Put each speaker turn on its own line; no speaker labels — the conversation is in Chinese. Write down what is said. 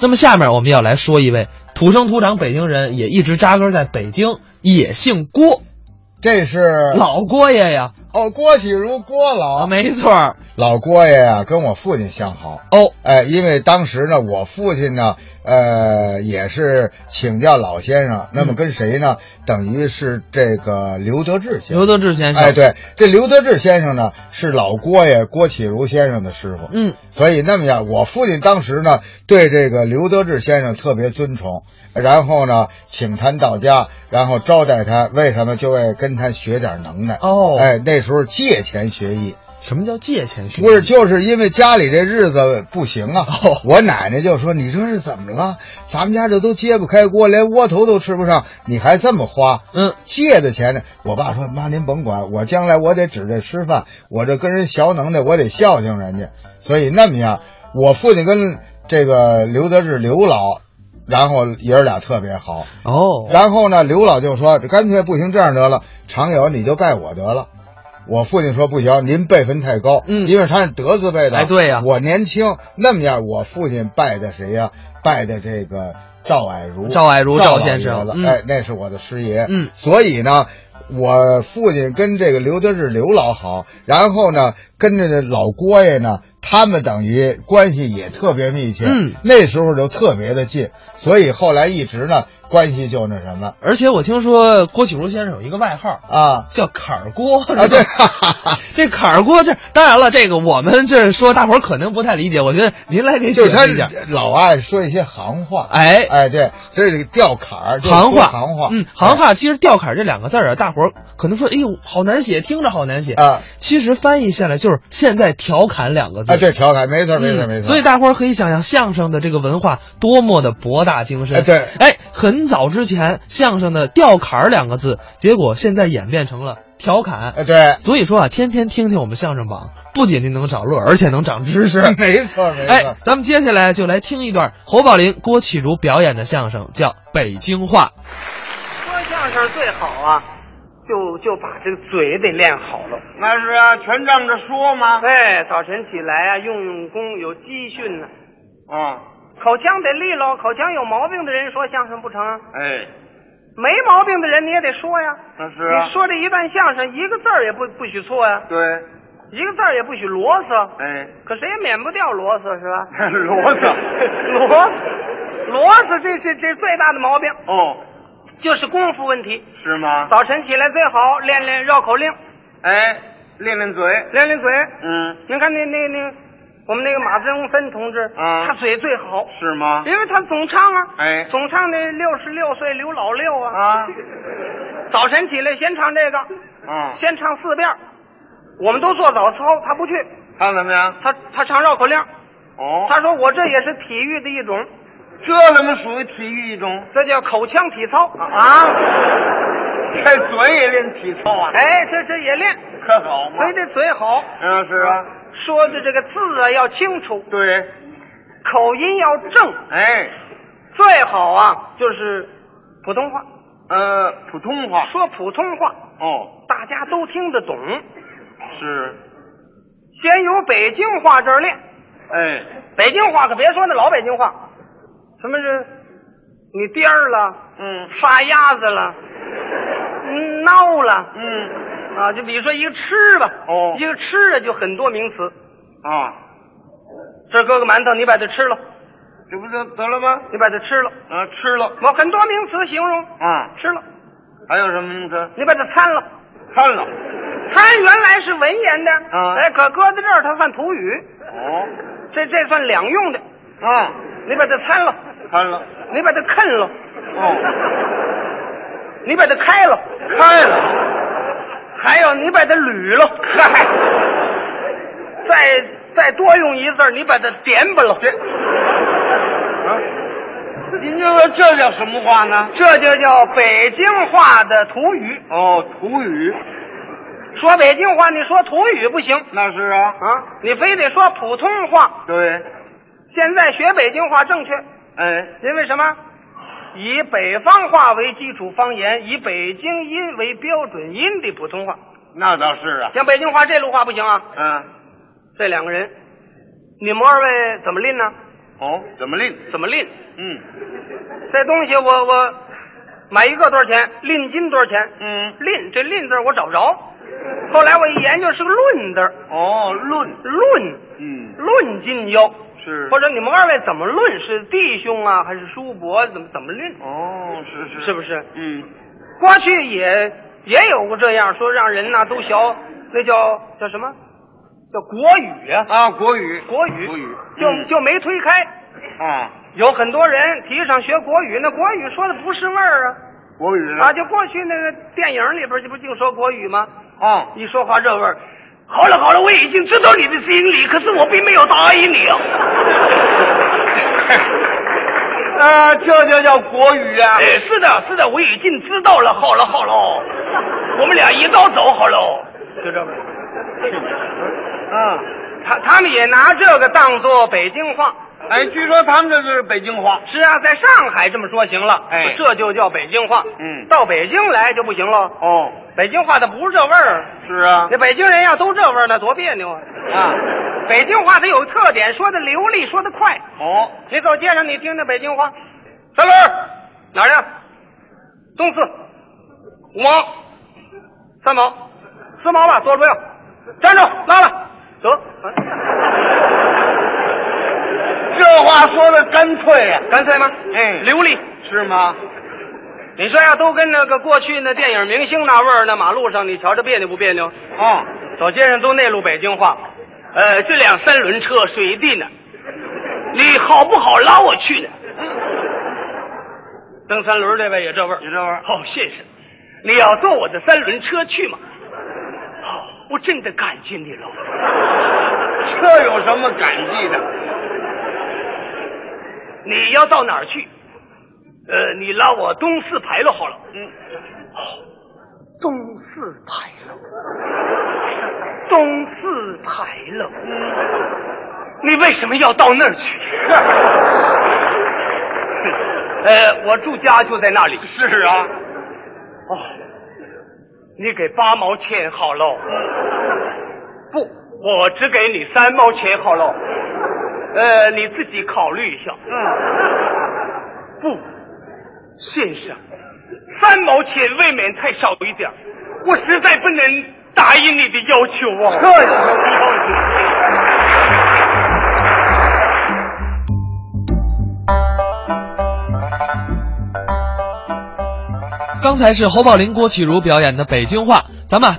那么下面我们要来说一位土生土长北京人，也一直扎根在北京，也姓郭，
这是
老郭爷呀。
哦，郭启儒郭老
啊，没错儿
老郭爷呀、跟我父亲相好。
哦，
哎，因为当时呢，我父亲呢，呃，也是请教老先
嗯
生，那么跟谁呢？等于是这个刘德志先
刘
生。
德志先生。
哎，，对，这刘德志先生呢，是老郭爷郭启儒先生的师傅。
嗯，
所以那么样，我父亲当时呢，对这个刘德志先生特别尊崇，然后呢，请他到家，然后招待他，为什么就为跟他学点能耐？
哦
哎，那时候借钱学艺，
什么叫借钱学艺？
不是，就是因为家里这日子不行啊。
嗯哦
我奶奶就说：“你这是怎么了？咱们家这都揭不开锅，连窝头都吃不上，你还这么花？”
嗯，
借的钱呢？我爸说：“妈，您甭管，我将来我得指着吃饭，我这跟人小能耐，我得孝敬人家。”所以那么样，我父亲跟这个刘德志刘老，然后爷儿俩特别好。
哦，
然后呢，刘老就说：“干脆不行，这样得了，常友你就拜我得了。”我父亲说：“不行，您辈分太高，
嗯
因为他是德字辈的。
哎对呀
我年轻，那么样，我父亲拜的谁呀、拜的这个赵爱如，
赵爱如赵
赵
先生
老爷
嗯
子哎，那是我的师爷。
嗯
所以呢。”我父亲跟这个刘德志刘老好，然后呢，跟着这老郭爷呢，他们等于关系也特别密切。
嗯，
那时候就特别的近，所以后来一直呢关系就那什么
而且我听说郭启儒先生有一个外号。
啊
叫坎儿郭
啊对，
这坎儿郭这当然了，这个我们这说大伙儿可能不太理解，我觉得您来给解
就是他
释一下。
老爱说一些行话，
哎，
哎对，这是吊坎儿，就是
行
说
话，
行话，哎
嗯，行话。其实“吊坎”这两个字儿啊，大伙儿可能说，哎呦，好难写，听着好难写
哎啊
其实翻译下来就是现在“调侃”两个字。
啊，这调侃没错
嗯
没错没错，
所以大伙儿可以想想相声的这个文化多么的博大精深。
哎对
哎，很早之前相声的“吊坎儿”两个字，结果现在演变成了调侃。
哎对，
所以说啊，天天听听我们相声榜，不仅仅能找乐，而且能长知识。
嗯没错没
哎
错，，
咱们接下来就来听一段侯宝林、郭启儒表演的相声，叫《北京话》。
说相声最好啊，
就就把这个嘴得练好了。
那是啊，全仗着说嘛。
哎，早晨起来啊，用用功，有积训呢、
嗯，
口腔得利落，口腔有毛病的人说相声不成啊，
哎，
没毛病的人你也得说呀。
那是啊
你说这一段相声，一个字儿也不不许错呀，
对，
一个字儿也不许啰嗦。
哎，
可谁也免不掉啰嗦是吧？
啰 嗦
啰嗦，啰嗦这这这最大的毛病
哦，
就是功夫问题。
是吗？
早晨起来最好练练绕口令，
哎，练练嘴。
练练嘴。
嗯，
您看那那那，我们那个马增芬同志，
啊
他嘴最好，
是吗？
因为他总唱啊，
哎
总唱那六十六岁刘老六啊，
啊，
早晨起来先唱这个，
嗯，
先唱四遍儿，我们都做早操，他不去，
看怎么样？
他他唱绕口令，
哦，
他说我这也是体育的一种，
这怎么属于体育一种
这叫口腔体操啊，
啊？这嘴也练体操啊？，
哎，这这也练，
可好嘛
所以？这嘴好，
嗯，啊是啊，
说的这个字啊要清楚，
对，
口音要正，
哎，
最好啊就是普通话，
呃，普通话。
说普通话。
哦，
大家都听得懂。
是，
先由北京话这儿练，
哎，
北京话可别说那老北京话，什么是你颠儿了，
嗯
杀鸭子了，嗯孬了
嗯，
啊！就比如说一个吃吧，
哦
一个吃啊就很多名词。
啊，
这儿搁个馒头，你把它吃了，
这不就得了吗？
你把它吃了，
啊，吃了。
我很多名词形容
啊，
吃了，
还有什么名词？
你把它掺了。
看了。
掺原来是文言的，
啊
哎，可搁在这儿它算土语，
哦，
这这算两用的。
啊，
你把它掺了，
看了。
你把它啃了。
哦，
你把它开了，
开了。
还有你把它捋了，嗨，再再多用一字儿你把它点吧了，
啊，您就说这叫什么话呢？
这就叫北京话的土语。
哦，土语。
说北京话，你说土语不行
那是啊。
啊，你非得说普通话。
对。
现在学北京话正确，
哎，
因为什么？以北方话为基础方言，以北京音为标准音的普通话。
那倒是啊。
像北京话这路话不行啊。
嗯、
这两个人，你们二位怎么拎呢？
哦，怎么拎？
怎么拎？
嗯
这东西我我买一个多少钱？论斤多少钱？
嗯，
论这论字儿我找不着，后来我一研究是个论字儿，
哦，论，
论
嗯，
论斤腰。
是
或者你们二位怎么论？是弟兄啊，还是叔伯？怎么怎么论？
哦，是是
是不是？
嗯，
过去也也有过这样说，让人呐、都学那叫叫什么？叫国语啊，嗯
啊，国语，
国语，
国语，
就就没推开。
就啊，
有很多人提倡学国语，那国语说的不是味儿啊。
国语呢
啊，，就过去那个电影里边，这不净说国语吗？
啊，
一说话这味儿。好了好了，我已经知道你的心理，可是我并没有答应你 啊。
啊，这就叫国语啊
哎，是的，是的，我已经知道了。好了好了，哦我们俩一道走好了。哦就这味儿。
啊，
他他们也拿这个当做北京话。
哎，据说他们这是北京话，
是啊，在上海这么说行了，
哎
这就叫北京话。
嗯
到北京来就不行了，
哦，
北京话它不是这味儿。
是啊，
那北京人要都这味儿，那多别扭啊！
啊，
北京话它有特点，说的流利，说的快。
哦，
你走街上，你听听北京话，三轮哪儿呀？东四，五毛，三毛，四毛吧，多了不要，站住，拉了，得，
这话说的干脆呀、
干脆吗？
哎
流利。
是吗？
你说要都跟那个过去那电影明星那味儿，那马路上你瞧着别扭不别扭？
啊，
走街上都内陆北京话。呃，这辆三轮车水地呢，你好不好拉我去呢？蹬三轮这位也这味儿，
你这玩意儿，
好、先生，你要坐我的三轮车去吗？哦，我真的感谢你了。
这有什么感激的？
你要到哪儿去？呃，你拉我东四牌楼好了。
嗯，
东四牌楼，东四牌楼。嗯你为什么要到那儿去？ 呃，我住家就在那里。
是啊，
哦，你给八毛钱好喽。不，我只给你三毛钱好喽。呃，你自己考虑一下。
嗯，
不，先生，三毛钱未免太少一点儿，我实在不能答应你的要求啊。
这有什么要紧？
刚才是侯宝林、郭启儒表演的北京话，咱们啊